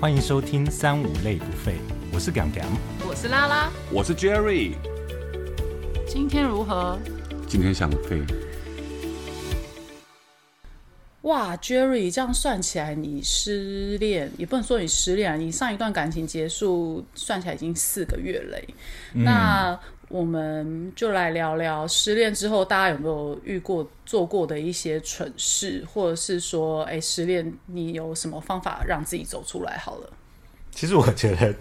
欢迎收听三五类不废，我是 Gang Gang。我是拉拉，我是 Jerry，今天如何？今天想飞，哇，Jerry，这样算起来，你失恋也不能说你失恋啊，你上一段感情结束算起来已经四个月了耶、欸嗯那我们就来聊聊失恋之后，大家有没有遇过、做过的一些蠢事，或者是说，哎、失恋你有什么方法让自己走出来？ 好了，其实我觉得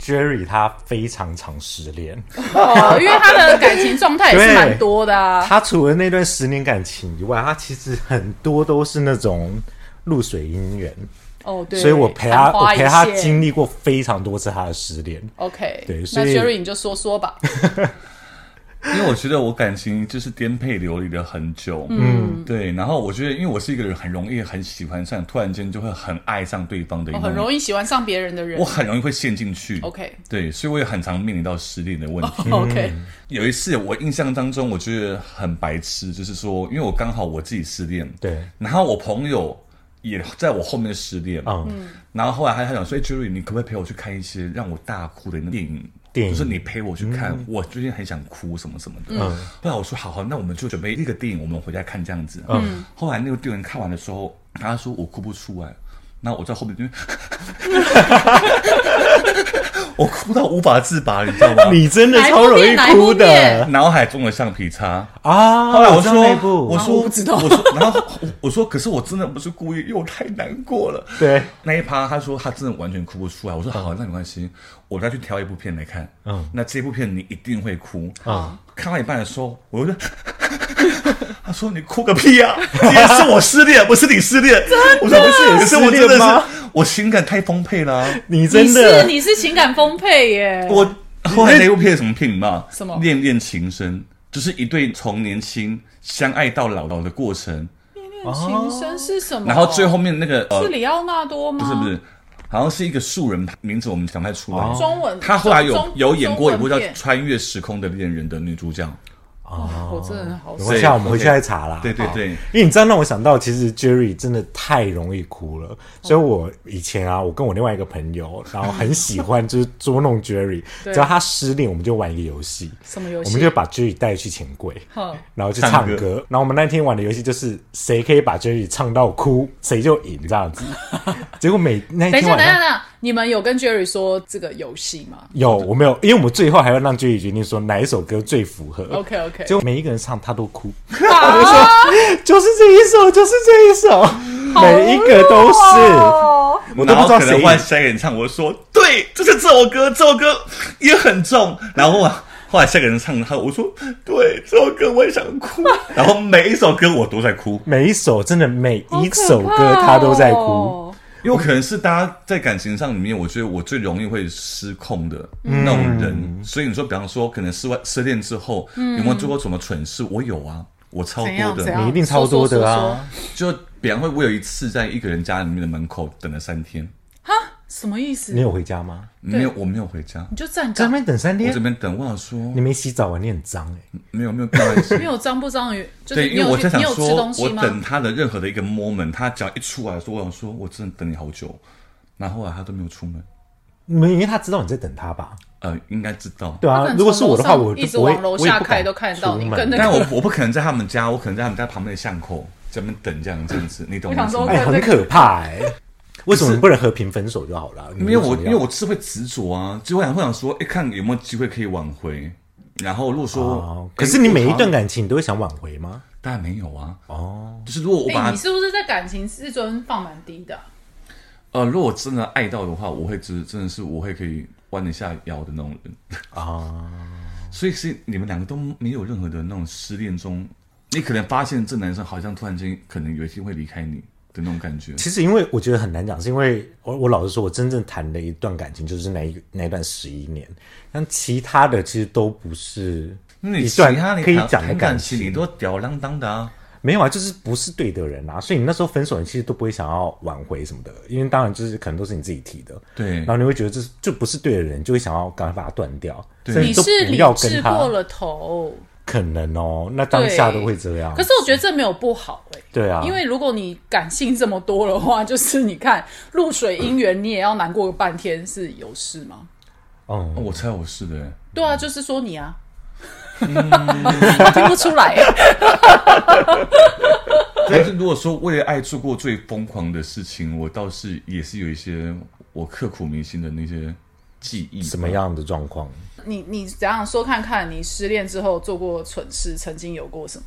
Jerry 他非常常失恋，哦，因为他的感情状态也是蛮多的啊。他除了那段十年感情以外，他其实很多都是那种露水姻缘，哦，对，所以我陪他，昙花我一陪他现经历过非常多次他的失恋。 OK，对所那以 Jerry 你就说说吧。因为我觉得我感情就是颠沛流离了很久，嗯，对。然后我觉得，因为我是一个人很容易很喜欢上，突然间就会很爱上对方的一我哦种，很容易喜欢上别人的人我。很容易会陷进去。 OK 哦对，所以我也很常面临到失恋的问题。 OK，有一次我印象当中，我觉得很白痴，就是说，因为我刚好我自己失恋，对，然后我朋友也在我后面失恋，嗯，然后后来他他讲说，哎、j e r r y 你可不可以陪我去看一些让我大哭的那电影？电影就是你陪我去看，我最近很想哭什么什么的。嗯后来我说好好，那我们就准备一个电影，我们回家看这样子。嗯，后来那个电影看完的时候，他说我哭不出来，那我在后面就， 我哭到无法自拔，你知道吗？ 你真的超容易哪一部哭电的脑海中的橡皮擦。啊！后来我我知说道那一，部我啊说我不知道我说，然后我 我说，可是我真的不是故意，因为我太难过了。对，那一趴他说他真的完全哭不出来，我说好，那没关系，我再去挑一部片来看。嗯嗯，那这部片你一定会哭。嗯啊，看到一半的时候，我就。 他说：“你哭个屁呀、啊！今天是我失恋，不是你失恋。我说不是，可是我真失的恋吗是我情感太丰沛了啊、你你真是的你是情感丰沛耶。我后来那部片什么片你知道吗？什么恋恋情深，就是一对从年轻相爱到老老的过程。情深是什么？然后最后面那个呃哦是，里奥纳多吗？不是不是，好像是一个素人，名字我们想不太出来。哦中文。她后来有中有演过一部叫中文《片穿越时空的恋人》的女主角，哇我真的好没爽关系啊，我们回去再查啦。哦对对对，因为你这样让我想到，其实 Jerry 真的太容易哭了，所以我以前啊，我跟我另外一个朋友，然后很喜 欢就是捉弄 Jerry，对只要他失恋，我们就玩一个游戏，什么游戏我们就把 Jerry 带去钱柜，哼然后去唱唱歌歌，然后我们那天玩的游戏就是谁可以把 Jerry 唱到哭，谁就赢这 样子。结果每那一等天一下，晚啊等一下，上等一下，你们有跟 Jerry 说这个游戏吗？有我没有，因为我们最后还要让 Jerry 决定说哪一首歌最符合。 OK，OK 结果每一个人唱他都哭，我就啊说 就是这一首，就是这一首，每一个都是。哦，我都然不后知道可能谁换下一个人唱，我就说对，就是这首歌，这首歌也很重。然后啊，后来下一个人唱他，我说对，这首歌我也想 哭。然后每一首歌我都在哭，每一首真的每一首歌哦他都在哭，。因为可能是大家在感情上里面，我觉得我最容易会失控的那种人。所以你说，比方说，可能失外失恋之后，有没有做过什么蠢事？我有啊，我超怎样多怎的样。你一定超多的说说说啊！就比方说，我有一次在一个人家里面的门口等了三天，什么意思？你你有回家吗？没有，我没有回家，就站在那岗，边等三我天这，边等。我想说，你没洗澡啊？你很脏哎、没有没有开玩笑没。有脏不脏？就是对，你因为有我在去，想你有吃说东，我西吗？哎等他的任何的一个 moment，他只要一出来说，我想说，我真的等你好久。然后后来他都没有出门，没，因为他知道你在等他吧？呃，应该知道。对他可啊，能如果是我的话，从楼上我就一直不会，往楼我也下不开敢都看得到你出门跟那个 但我我不可能在他们家，我可能在他们家旁边的巷口这边等这样这样子，你懂我我意想思说吗？哎、很可怕哎、为什么不能和平分手就好了？你因为我什么因要为我是会执着啊，就会想会想说，哎、看有没有机会可以挽回。然后如果说，哦，可诶是你我每一好段像感情你都会想挽回吗？当然没有啊，哦，就是如果我哎、把你它、是不是在感情自尊放蛮低的啊？呃，如果我真的爱到的话，我会真真的是我会可以弯得下腰的那种人。啊， 所以是你们两个都没有任何的那种失恋中，你可能发现这男生好像突然间可能有一天会离开你的那种感觉。其实因为我觉得很难讲，是因为我我老实说，我真正谈的一段感情就是那一那一段十一年，但其他的其实都不是那你一其段他你可以谈讲的谈感情，情你。都吊儿郎当的啊。没有啊，就是不是对的人啊，所以你那时候分手，你其实都不会想要挽回什么的，因为当然就是可能都是你自己提的，对然后你会觉得这是就不是对的人，就会想要赶快把它断掉，对所以你都是不理要智跟过他，了头，可能哦，那当下都会这样啊可。是我觉得这没有不好哎、对啊，因为如果你感性这么多的话，就是你看露水姻缘，你也要难过个半天，是有事吗？嗯，哦我猜我是的欸，对啊，就是说你 啊，我听不出来。欸但是如果说为了爱做过最疯狂的事情，我倒是也是有一些我刻骨铭心的那些记忆。什么？样的状况？你你怎样说看看？你失恋之后做过蠢事，曾经有过什么？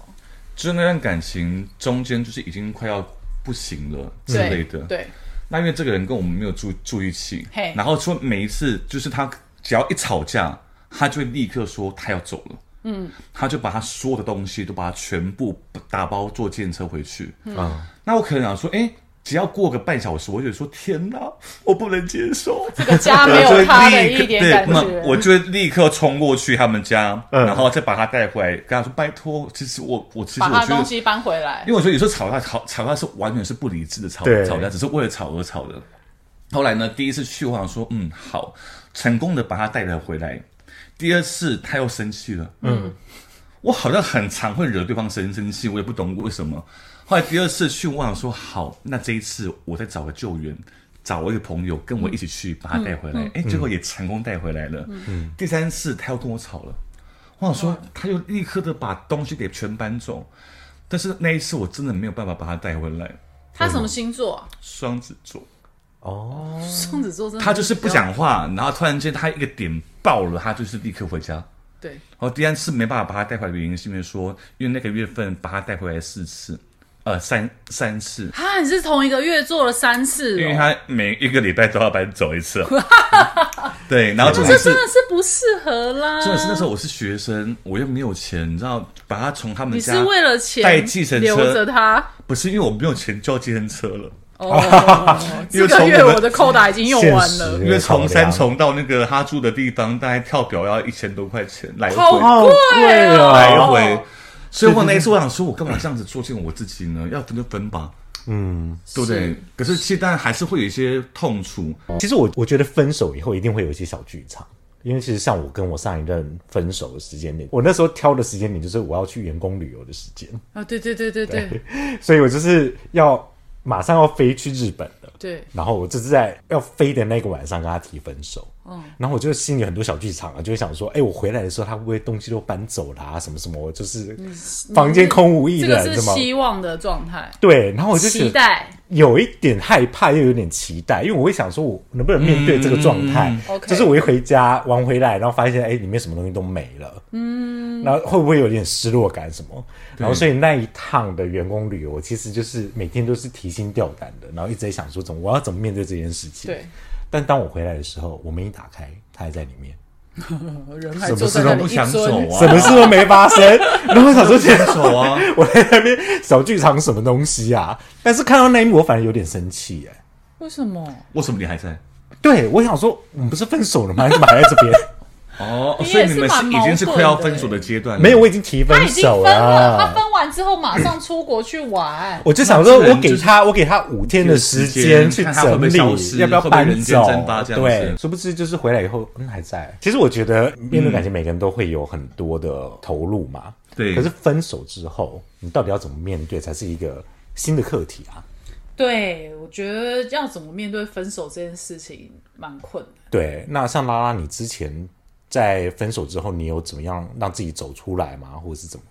就是那段感情中间就是已经快要不行了之对类的。对，那因为这个人跟我们没有住住一起嘿，然后说每一次就是他只要一吵架，他就会立刻说他要走了。嗯，他就把他所有的东西都把它全部打包坐电车回去。嗯啊，那我可能想说，哎，只要过个半小时，我就说天哪，我不能接受。啊这个家没我就有他的立刻一点感对，那 觉。我就会立刻冲过去他们家，嗯然后再把他带回来，跟他说拜托，其实我我其实把我他的觉东得，西搬回来因。为我觉得有时候吵架吵吵架是完全是不理智的吵对吵架，只是为了吵而吵的。后来呢，第一次去我想说，嗯，好，成功的把他带了回来。第二次他又生气了，嗯，我好像很常会惹对方生生气，我也不懂为什么。后来第二次去，我想说好，那这一次我再找个救援，找我一个朋友跟我一起去把他带回来，哎、结果也成功带回来了。嗯，第三次他又跟我吵了，我想说他又立刻的把东西给全搬走，但是那一次我真的没有办法把他带回来，他什么星座啊？双子座。嗯哦，双子座真的嗯他就是不需要讲话，然后突然间他一个点爆了，他就是立刻回家。对然后第三次没办法把他带回来的原因，是因为说，因为那个月份把他带回来四次，呃，三三次，啊！你是同一个月做了三次、因为哦，他每一个礼拜都要搬走一 次。对，然后 重这点是真，的是不适合啦。重点是那时候我是学生，我又没有钱，你知道，把他从他们你家是为了钱带计程车留着他。不是因为我没有钱叫计程车了，哦，这个月我的扣打已经用现完了实，因为从三重重到那个他住的地方，大概跳表要一千多块钱来回。好好贵哦，来哦回。所以我那一次我想说，我干嘛这样子作践我自己呢？要分就分吧，嗯，对不对是？可是其实当然还是会有一些痛楚，其实我我觉得分手以后一定会有一些小剧场，因为其实像我跟我上一任分手的时间点，我那时候挑的时间点就是我要去员工旅游的时间， 啊！对对对对对所以我就是要马上要飞去日本了。对，然后我就是在要飞的那个晚上跟他提分手，嗯，然后我就心里很多小剧场啊，就会想说，哎，我回来的时候他会不会东西都搬走啦、什么什么，我就是房间空无一嗯这个人，是是吗？希望的状态，对，然后我就觉期得待。有一点害怕，又有点期待，因为我会想说，我能不能面对这个状态？ OK 就是我一回家玩回来，然后发现哎，里面什么东西都没了，嗯，然后会不会有点失落感什么？然后所以那一趟的员工旅游，我其实就是每天都是提心吊胆的，然后一直在想说，怎么我要怎么面对这件事情？对。但当我回来的时候，我门一打开，他还在里面，人还什么坐在事都那里不一想尊走啊什么事都没发生。然后我想说，天分手啊， 我在那边小剧场什么东西啊？但是看到那一幕，我反而有点生气哎耶、 为什么？为什么你还在？对，我想说，我们不是分手了吗？你怎么还在 这边？哦，你所也以是你们是蛮已经是矛盾快要的分手的阶段了，没有，我已经提他分已经手分了，他了。啊。分完之后马上出国去玩 我就想说，那这个人我给他，我给他五天的时间去看他会整不会理消，失要不要会不会搬人间走蒸发？这样子对，殊不知就是回来以后，嗯，还在。其实我觉得面对感情，每个人都会有很多的投入嘛。对可是分手之后，你到底要怎么面对，才是一个新的课题啊？对，我觉得要怎么面对分手这件事情蛮困难。对，那像拉拉，你之前在分手之后，你有怎么样让自己走出来吗？或者是怎么？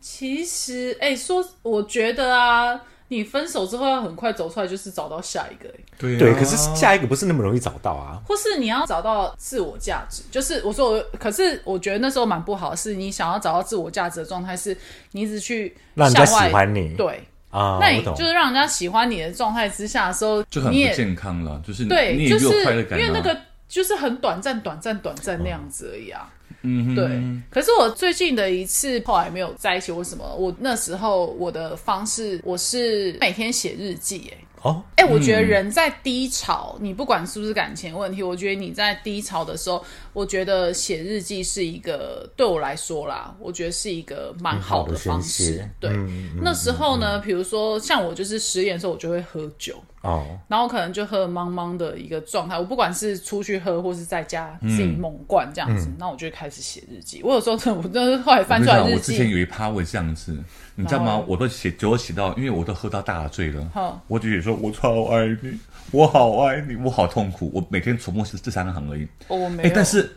其实，哎、说我觉得啊，你分手之后要很快走出来，就是找到下一个、哎对啊对，可是下一个不是那么容易找到啊。或是你要找到自我价值，就是我说我，可是我觉得那时候蛮不好，是你想要找到自我价值的状态，是你一直去让人家向外喜欢你对，啊，那我你懂就是让人家喜欢你的状态之下的时候，就很你不也健康了，就是你嗯你对，也就没有是快乐感啊，因为那个就是很短暂、短暂、短暂那样子而已啊。嗯，对。可是我最近的一次后来没有在一起，为什么？我那时候我的方式，我是每天写日记、哎。哦，哎、我觉得人在低潮，你不管是不是感情问题，我觉得你在低潮的时候，我觉得写日记是一个对我来说啦，我觉得是一个蛮好很好的方宣式泄。对，那时候呢，比如说像我就是失恋的时候，我就会喝酒，哦，然后可能就喝茫茫的一个状态。我不管是出去喝，或是在家自己嗯猛灌这样子，那、我就开始写日记。我有时候真的，我真的是后来我跟翻你出来讲，我日之前记，有一趴我也这样子，你知道然吗后？我都写，结果写到，因为我都喝到大醉了好，我就写说，我超爱你，我好爱你，我好痛苦，我每天重复这三行而已。哦我没哎有，，但是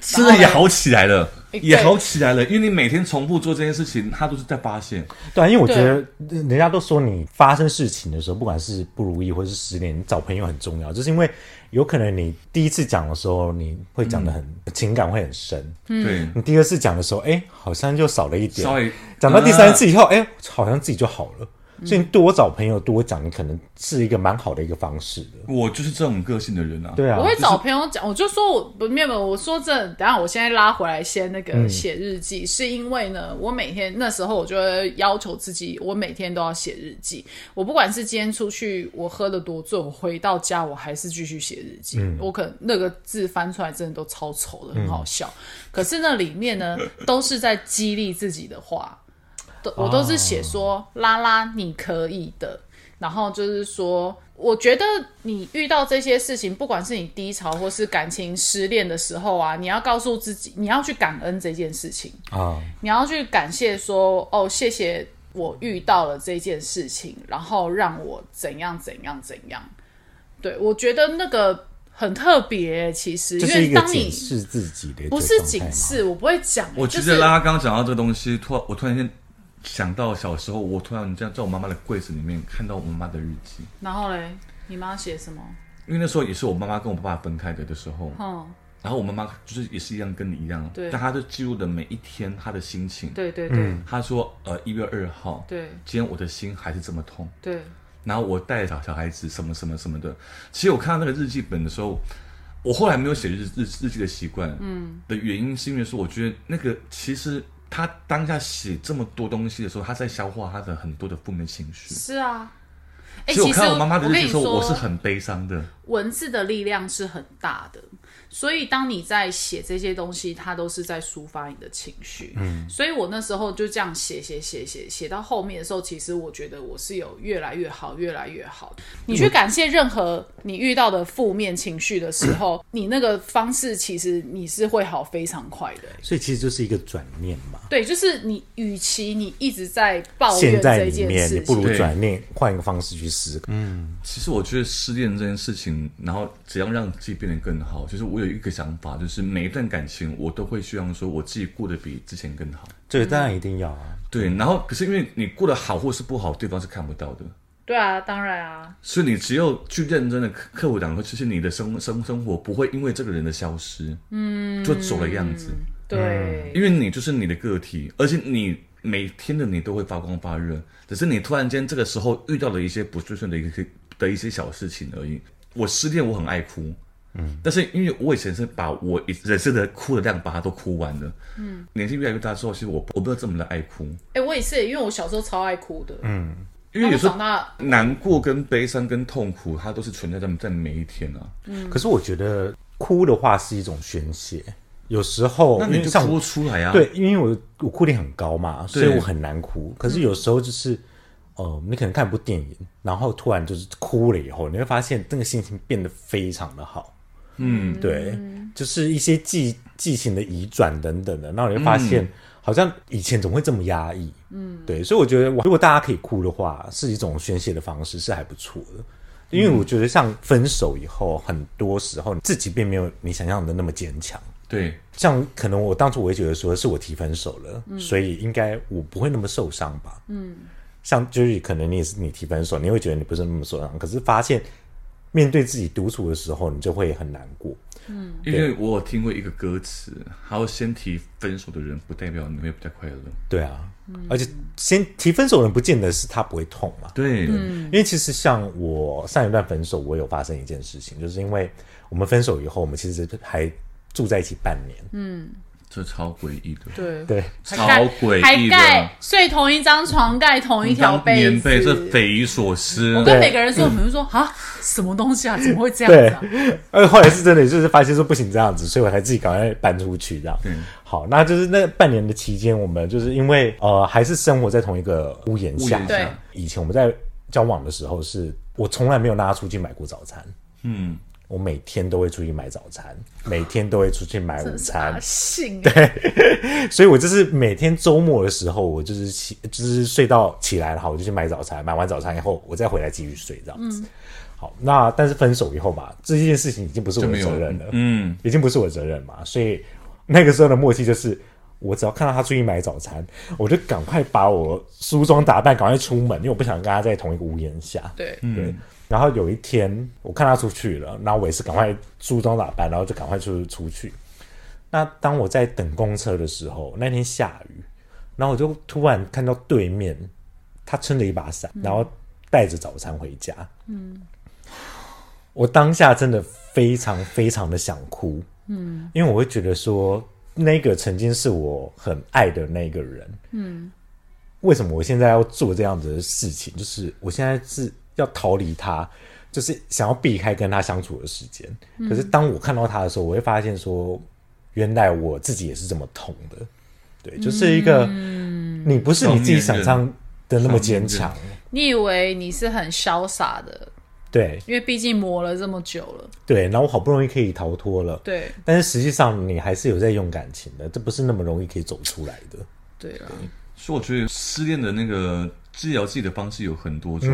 真的也好起来了，哎也对好起来了，因为你每天重复做这件事情，他都是在发现。对啊，因为我觉对得人家都说你发生事情的时候，不管是不如意或是失恋，你找朋友很重要，就是因为有可能你第一次讲的时候，你会讲的很、情感会很深，嗯对，你第二次讲的时候，哎、好像就少了一点稍，微讲到第三次啊以后，嗯哎、好像自己就好了。所以你多找朋友多讲，你可能是一个蛮好的一个方式的。我就是这种个性的人啊。对啊我，会找朋友讲，我就说我不没有没有，我说这等一下我现在拉回来先那嗯个写日记，是因为呢，我每天那时候我就会要求自己，我每天都要写日记。我不管是今天出去我喝了多醉，我回到家我还是继续写日记。嗯我可能那个字翻出来真的都超丑的，很好笑。嗯可是那里 面呢，都是在激励自己的话。都我都是哦写说、拉拉你可以的，然后就是说，我觉得你遇到这些事情，不管是你低潮或是感情失恋的时候啊，你要告诉自己，你要去感恩这件事情，啊，你要去感谢说，哦，谢谢我遇到了这件事情，然后让我怎样怎样怎样。对我觉得那个很特别，欸其实这因是一为个当警你示自己的一个不是状态警嘛，示，我不会讲，欸我就其是实拉刚刚讲到这个东西，突然我突然间想到小时候，我突然这样在我妈妈的柜子里面看到我妈妈的日记，然后嘞，你妈写什么？因为那时候也是我妈妈跟我爸爸分开的的时候，嗯，然后我妈妈就是也是一样跟你一样，对但她就记录了每一天她的心情。对对对、嗯她说，呃，一月二号，对今天我的心还是这么痛，对，然后我带着小小孩子什么什么什么的。其实我看到那个日记本的时候，我后来没有写日日日记的习惯，嗯，的原因是因为说，我觉得那个其实他当下写这么多东西的时候，他在消化他的很多的负面情绪。是啊。哎、所其以实我看到我妈妈的日跟记你的时候，说，我是很悲伤的。文字的力量是很大的，所以当你在写这些东西，它都是在抒发你的情绪。嗯，所以我那时候就这样写写写写写到后面的时候，其实我觉得我是有越来越好，越来越嗯好。你去感谢任何你遇到的负面情绪的时候，嗯你那个方式其实你是会好非常快的、所以其实就是一个转念嘛。对，就是你，与其你一直在抱陷怨在这里件面，你事不情，如对转念，换一个方式去思嗯考。其实我觉得失恋这件事情，然后怎样让自己变得更好，就是我有一个想法，就是每一段感情我都会希望说我自己过得比之前更好。这个当然一定要啊。对，然后可是因为你过得好或是不好，对方是看不到的。对啊，当然啊，所以你只有去认真的刻刻苦两个，其实你的生生生活不会因为这个人的消失，嗯，就走了样子，对。因为你就是你的个体，而且你每天的你都会发光发热，只是你突然间这个时候遇到了一些不顺顺的一些的一些小事情而已。我失恋，我很爱哭，嗯，但是因为我以前是把我人生的哭的量把它都哭完了，嗯，年纪越来越大之后，其实我我没有这么的爱哭，哎、我也是，因为我小时候超爱哭的，嗯，因为有时候长大难过跟悲伤跟痛苦，它都是存在在在每一天啊。嗯可是我觉得哭的话是一种宣泄，有时候那因你为就像哭我出来啊！，对，因为我我哭点很高嘛，所以对我很难哭。可是有时候就是，呃，你可能看部电影，然后突然就是哭了以后，你会发现那个心情变得非常的好。嗯，对，就是一些剧剧情的移转等等的，然后你会发现、嗯好像以前怎么会这么压抑？嗯，对，所以我觉得我如果大家可以哭的话，是一种宣泄的方式，是还不错的。因为我觉得像分手以后，很多时候你自己并没有你想象的那么坚强。对，像可能我当初我也觉得说是我提分手了，所以应该我不会那么受伤吧。嗯，像 Jerry 可能你也是你提分手，你会觉得你不是那么受伤，可是发现面对自己独处的时候，你就会很难过。因为我有听过一个歌词，还有先提分手的人，不代表你会比较快乐。对啊，而且先提分手的人不见得是他不会痛嘛，对，因为其实像我上一段分手，我有发生一件事情，就是因为我们分手以后，我们其实还住在一起半年，这超诡异的，对，对，嗯超还诡还异的嗯盖，睡同一张床，盖同一条被棉子，被，嗯这匪夷所思。我跟每个人说，我们就说啊，什么东西啊，怎么会这样子、啊？对，而后来是真的，就是发现说不行这样子，所以我才自己赶快搬出去这样。对好，那就是那半年的期间，我们就是因为呃还是生活在同一个屋檐屋下檐，对下，以前我们在交往的时候是我从来没有让他出去买过早餐。嗯，我每天都会出去买早餐，每天都会出去买午真是餐阿，信欸，所以我就是每天周末的时候，我就是起就是睡到起来了，好，我就去买早餐，买完早餐以后，我再回来继续睡这样子。好，那但是分手以后嘛，这件事情已经不是我就的没有责任了，嗯，已经不是我的责任嘛，所以那个时候的默契就是。我只要看到他出去买早餐，我就赶快把我梳妆打扮，赶快出门，因为我不想跟他在同一个屋檐下。对，嗯对。然后有一天，我看他出去了，然后我也是赶快梳妆打扮，然后就赶快出出去。那当我在等公车的时候，那天下雨，然后我就突然看到对面他撑着一把伞，然后带着早餐回家。嗯，我当下真的非常非常的想哭。嗯，因为我会觉得说，那个曾经是我很爱的那个人，嗯为什么我现在要做这样子的事情？就是我现在是要逃离他，就是想要避开跟他相处的时间。可是当我看到他的时候，我会发现说，原来我自己也是这么痛的。对，就是一个、你不是你自己想象的那么坚强。你以为你是很潇洒的，对因为毕竟磨了这么久了，对，然后我好不容易可以逃脱了，对但是实际上你还是有在用感情的，这不是那么容易可以走出来的。对啊了，所以我觉得失恋的那个治疗自己的方式有很多种，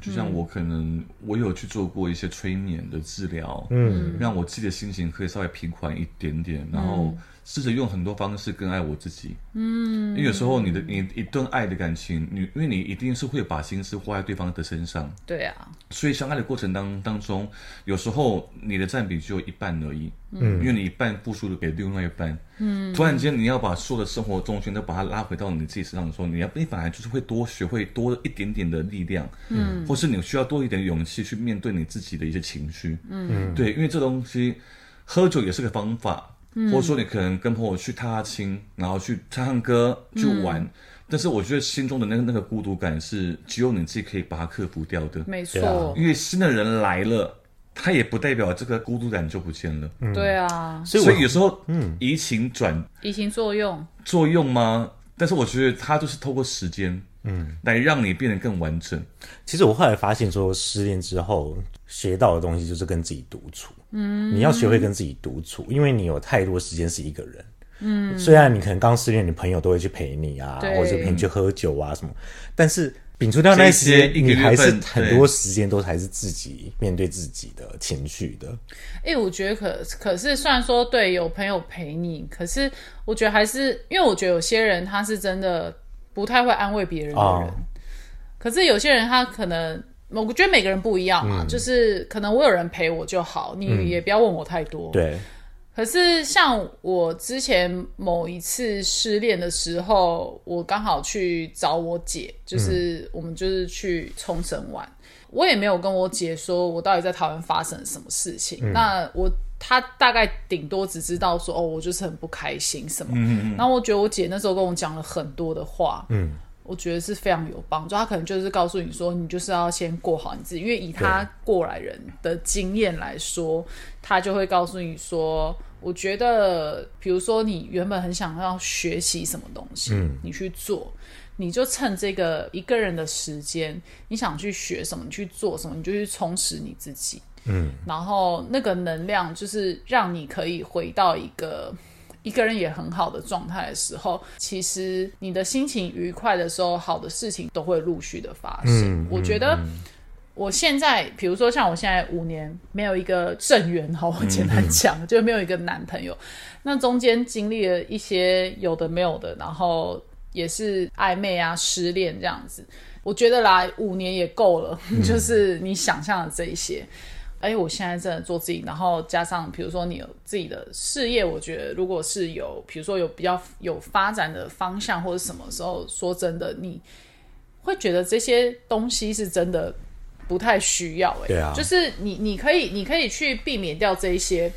就像我可能我有去做过一些催眠的治疗，嗯，让我自己的心情可以稍微平缓一点点，然后试着用很多方式更爱我自己，嗯，因为有时候你的你一段爱的感情，你因为你一定是会把心思花在对方的身上，对啊，所以相爱的过程当当中，有时候你的占比只有一半而已，嗯，因为你一半付出给另外一半，嗯，突然间你要把所有的生活重心都把它拉回到你自己身上的时候，你要你反而就是会多学会多一点点的力量，嗯，或是你需要多一点勇气去面对你自己的一些情绪，嗯，对，因为这东西喝酒也是个方法，或者说你可能跟朋友去踏青，然后去唱唱歌、去玩。但是我觉得心中的那个那个孤独感是只有你自己可以把它克服掉的。没对啊错，因为新的人来了，他也不代表这个孤独感就不见了。对啊，所以我所以有时候，嗯，移情转移情作用，作用吗？但是我觉得它就是透过时间，嗯，来让你变得更完整。其实我后来发现，说失恋之后学到的东西就是跟自己独处。嗯，你要学会跟自己独处，因为你有太多时间是一个人。嗯，虽然你可能刚失恋，你朋友都会去陪你啊，对或者陪你去喝酒啊什么，但是摒除掉那些这，些一个你月还是份很多时间都还是自己面对自己的情绪的。哦哎、我觉得可可是，虽然说对有朋友陪你，可是我觉得还是因为我觉得有些人他是真的不太会安慰别人的人，哦可是有些人他可能。我觉得每个人不一样嘛，就是可能我有人陪我就好，你也不要问我太多。对，可是像我之前某一次失恋的时候，我刚好去找我姐，就是、我们就是去冲绳玩，我也没有跟我姐说我到底在台湾发生了什么事情。那我她大概顶多只知道说哦，我就是很不开心什么。然后我觉得我姐那时候跟我讲了很多的话，嗯，我觉得是非常有帮助。她可能就是告诉你说，你就是要先过好你自己，因为以她过来人的经验来说，她就会告诉你说，我觉得，比如说你原本很想要学习什么东西，你去做。你就趁这个一个人的时间，你想去学什么，你去做什么，你就去充实你自己。嗯，然后那个能量就是让你可以回到一个一个人也很好的状态的时候，其实你的心情愉快的时候，好的事情都会陆续的发生。我觉得我现在，比如说像我现在五年没有一个正缘，好，我简单讲，就没有一个男朋友。那中间经历了一些有的没有的，然后也是暧昧啊、失恋这样子。我觉得啦，五年也够了，嗯就是你想象的这一些。哎，我现在真的做自己，然后加上比如说你有自己的事业，我觉得如果是有，比如说有比较有发展的方向或者什么时候，说真的，你会觉得这些东西是真的不太需要、哎，对啊就是你你可以你可以去避免掉这一些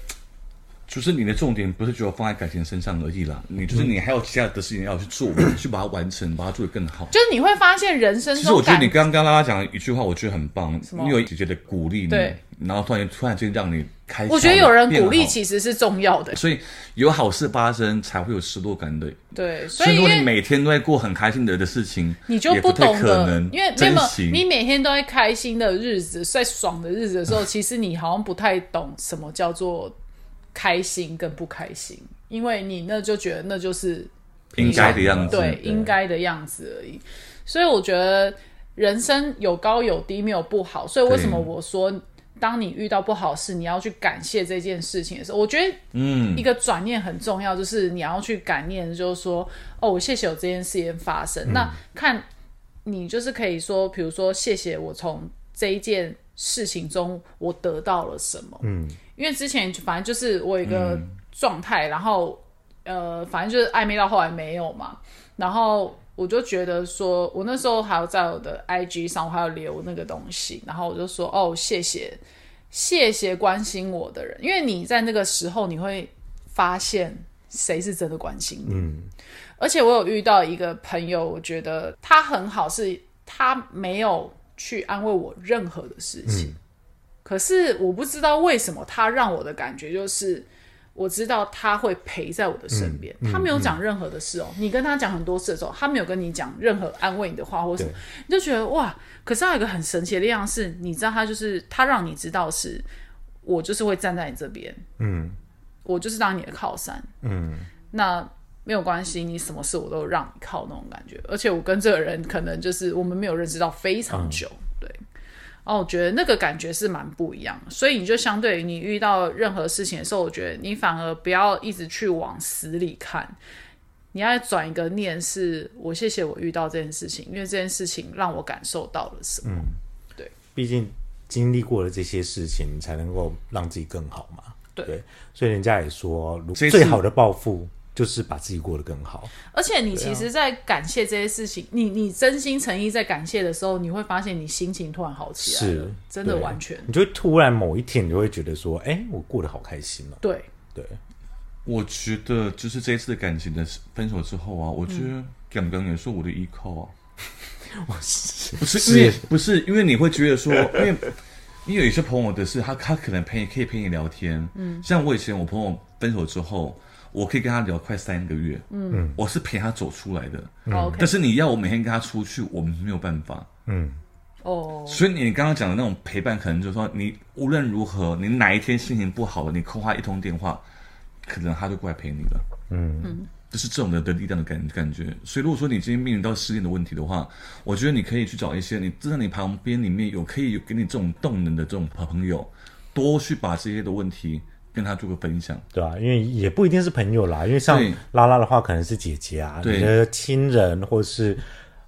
就是你的重点不是只有放在感情身上而已啦，你就是你还有其他的事情要去做，去把它完成，把它做得更好。就是你会发现人生其实我中觉得感你刚刚拉拉讲的一句话，我觉得很棒么，你有姐姐的鼓励你对，然后突然突然间让你开窍，我觉得有人鼓变励好其实是重要的，所以有好事发生才会有失落感的。对，所所以以如因果你为每天都在过很开心的的事情，你就也不不太懂可得能，因为那珍么惜你每天都在开心的日子，在爽的日子的时候，其实你好像不太懂什么叫做开心跟不开心，因为你那就觉得那就是应该的样子。对应该的样子而已。所以我觉得人生有高有低，没有不好。所以为什么对我说，当你遇到不好事，你要去感谢这件事情的时候，我觉得嗯一，个转念很重要，就是你要去感念，就是说，哦，我谢谢有这件事情发生。那看你就是可以说，比如说谢谢我从这一件事情中我得到了什么。嗯，因为之前就反正就是我有一个状态，然后呃，反正就是暧昧到后来没有嘛，然后。我就觉得说，我那时候还有在我的 IG 上，我还有留那个东西，然后我就说，哦，谢谢，谢谢关心我的人，因为你在那个时候你会发现谁是真的关心你。而且我有遇到一个朋友，我觉得他很好，是他没有去安慰我任何的事情。可是我不知道为什么，他让我的感觉就是，我知道他会陪在我的身边。他没有讲任何的事哦，你跟他讲很多次的时候，他没有跟你讲任何安慰你的话或什么，你就觉得哇。可是他有一个很神奇的力量是，你知道他就是他让你知道是，我就是会站在你这边，嗯，我就是当你的靠山，嗯，那。没有关系，你什么事我都让你靠那种感觉，而且我跟这个人可能就是我们没有认识到非常久，对，哦，我觉得那个感觉是蛮不一样的，所以你就相对于你遇到任何事情的时候，我觉得你反而不要一直去往死里看，你要转一个念是，我谢谢我遇到这件事情，因为这件事情让我感受到了什么。毕竟经历过了这些事情，你才能够让自己更好嘛。对所以人家也说，如这次最好的报复就是把自己过得更好。而且你其实，在感谢这些事情，你你真心诚意在感谢的时候，你会发现你心情突然好起来了是，，真的对完全你就会突然某一天，你就会觉得说，哎、我过得好开心哦、对。对，我觉得就是这一次的感情的分手之后啊，我觉得刚刚也是我的依靠 啊，不是因为不是因为你会觉得说，因为因为有些朋友的是他他可能陪你可以陪你聊天，嗯，像我以前我朋友分手之后，我可以跟他聊快三个月，嗯，我是陪他走出来的， OK，但是你要我每天跟他出去，我们没有办法。哦，所以你刚刚讲的那种陪伴，可能就是说，你无论如何，你哪一天心情不好了，你扣他一通电话，可能他就过来陪你了。嗯就是这种的的力量的感感觉。所以如果说你今天面临到失恋的问题的话，我觉得你可以去找一些你知道你旁边里面有可以有给你这种动能的这种朋朋友，多去把这些的问题跟他做个分享。对啊，因为也不一定是朋友啦，因为像对拉拉的话，可能是姐姐啊，对你的亲人或是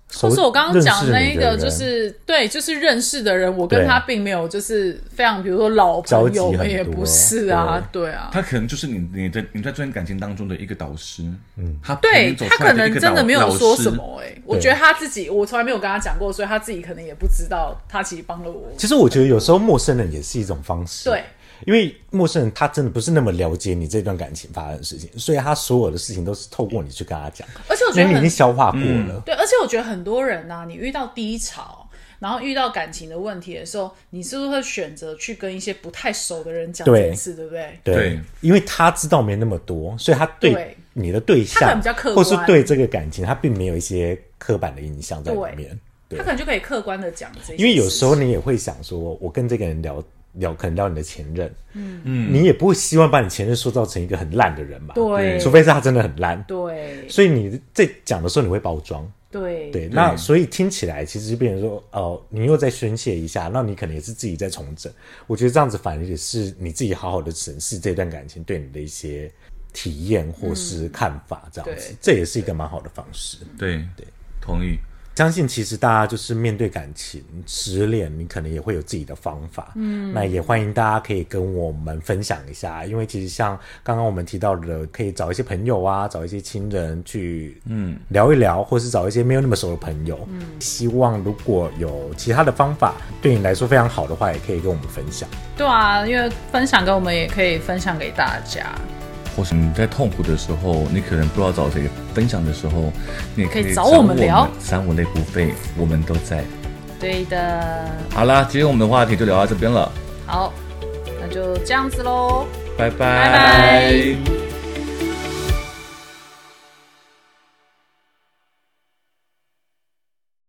熟，或是我刚刚讲认那识一你的个，人就是对，就是认识的人，我跟对他并没有就是非常，比如说老朋交友，集我很们也多不是啊，对啊，他可能就是你你在你在这段感情当中的一个导师，嗯，他陪对你走他出来可的一能个真的导没有说什。老师么哎、我觉得他自己，我从来没有跟他讲过，所以他自己可能也不知道，他其实帮了我。其实我觉得有时候陌生人也是一种方式，啊对，因为陌生人他真的不是那么了解你这段感情发生的事情，所以他所有的事情都是透过你去跟他讲，而且我那觉得你已很经消化过了，对，而且我觉得很多人呐、你遇到低潮，然后遇到感情的问题的时候，你是不是会选择去跟一些不太熟的人讲这对件事，对不对？对，对因为他知道没那么多，所以他对对你的对他可能象比较客观或是对这个感情，他并没有一些刻板的印象在里面，对他可能就可以客观的讲这些事情，因为有时候你也会想说，我跟这个人聊聊，可能聊你的前任，嗯嗯，你也不会希望把你前任塑造成一个很烂的人嘛，对除非是他真的很烂，对所以你在讲的时候你会包装，对对，那所以听起来其实就变成说，哦、你又再宣泄一下，那你可能也是自己在重整，我觉得这样子反而也是你自己好好的审视这段感情对你的一些体验或是看法，这样子，对这也是一个蛮好的方式。对对，同意。相信其实大家就是面对感情失恋，你可能也会有自己的方法。嗯，那也欢迎大家可以跟我们分享一下，因为其实像刚刚我们提到的，可以找一些朋友啊，找一些亲人去嗯聊一聊，或是找一些没有那么熟的朋友。嗯，希望如果有其他的方法对你来说非常好的话，也可以跟我们分享。对啊，因为分享给我们，也可以分享给大家。或是你在痛苦的时候，你可能不知道找谁分享的时候，你也可以可以找我我们聊三五类不费，我们都在。对的，好啦，今天我们的话题就聊到这边了，好，那就这样子喽。拜拜拜